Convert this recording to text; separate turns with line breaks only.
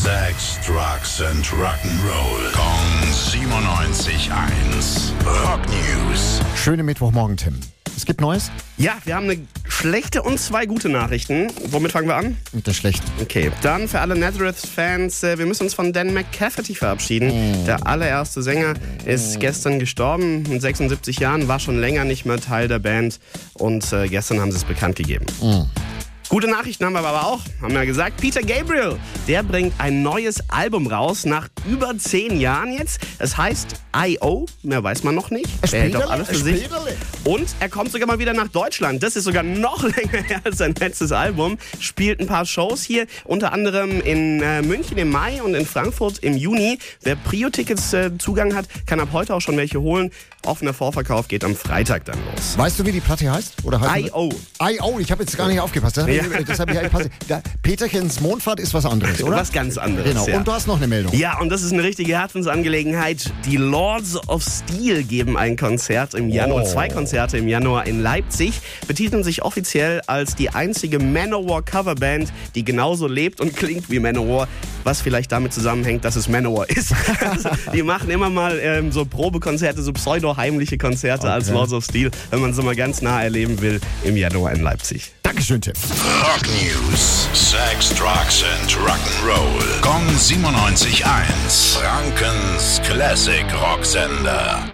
Sex, Drugs and Rock'n'Roll. Kong 97.1. Rock News.
Schöne Mittwochmorgen, Tim. Es gibt Neues
Ja, wir haben eine schlechte und zwei gute Nachrichten. Womit fangen wir an?
mit der Schlechten.
Okay, dann für alle Nazareth-Fans, äh, wir müssen uns von Dan McCafferty verabschieden. Der allererste Sänger ist gestern gestorben mit 76 Jahren, war schon länger nicht mehr Teil der Band und äh, gestern haben sie es bekannt gegeben. Gute Nachrichten haben wir aber auch, haben ja gesagt, Peter Gabriel, der bringt ein neues Album raus nach über zehn Jahren jetzt. Es heißt I.O., mehr weiß man noch nicht. Er hält auch alles für sich.
Späterle.
Und er kommt sogar mal wieder nach Deutschland. Das ist sogar noch länger her als sein letztes Album. Spielt ein paar Shows hier, unter anderem in äh, München im Mai und in Frankfurt im Juni. Wer Prio-Tickets äh, Zugang hat, kann ab heute auch schon welche holen. Offener Vorverkauf geht am Freitag dann los.
Weißt du, wie die Platte heißt? Oder heißt
I.O.
I.O., ich habe jetzt gar nicht aufgepasst. Das habe
Ja.
ich, das hab ich eigentlich passiert. Da, Peterchens Mondfahrt ist was anderes, oder?
Was ganz anderes.
Genau,
ja.
und du hast noch eine Meldung.
Ja, und das ist eine richtige Herzensangelegenheit. Die Lords of Steel geben ein Konzert im Januar,
Oh.
zwei Konzerte im Januar in Leipzig, betiteln sich offiziell als die einzige Manowar Coverband, die genauso lebt und klingt wie Manowar, was vielleicht damit zusammenhängt, dass es Manowar ist. Also, die machen immer mal ähm, so Probekonzerte, so pseudo-heimliche Konzerte als
Okay.
Lords of Steel, wenn man sie mal ganz nah erleben will, im Januar in Leipzig.
Dankeschön, Tim.
Rock News. Sex, Drugs and Rock'n'Roll. Kong 97.1. Frankens Classic Rocksender.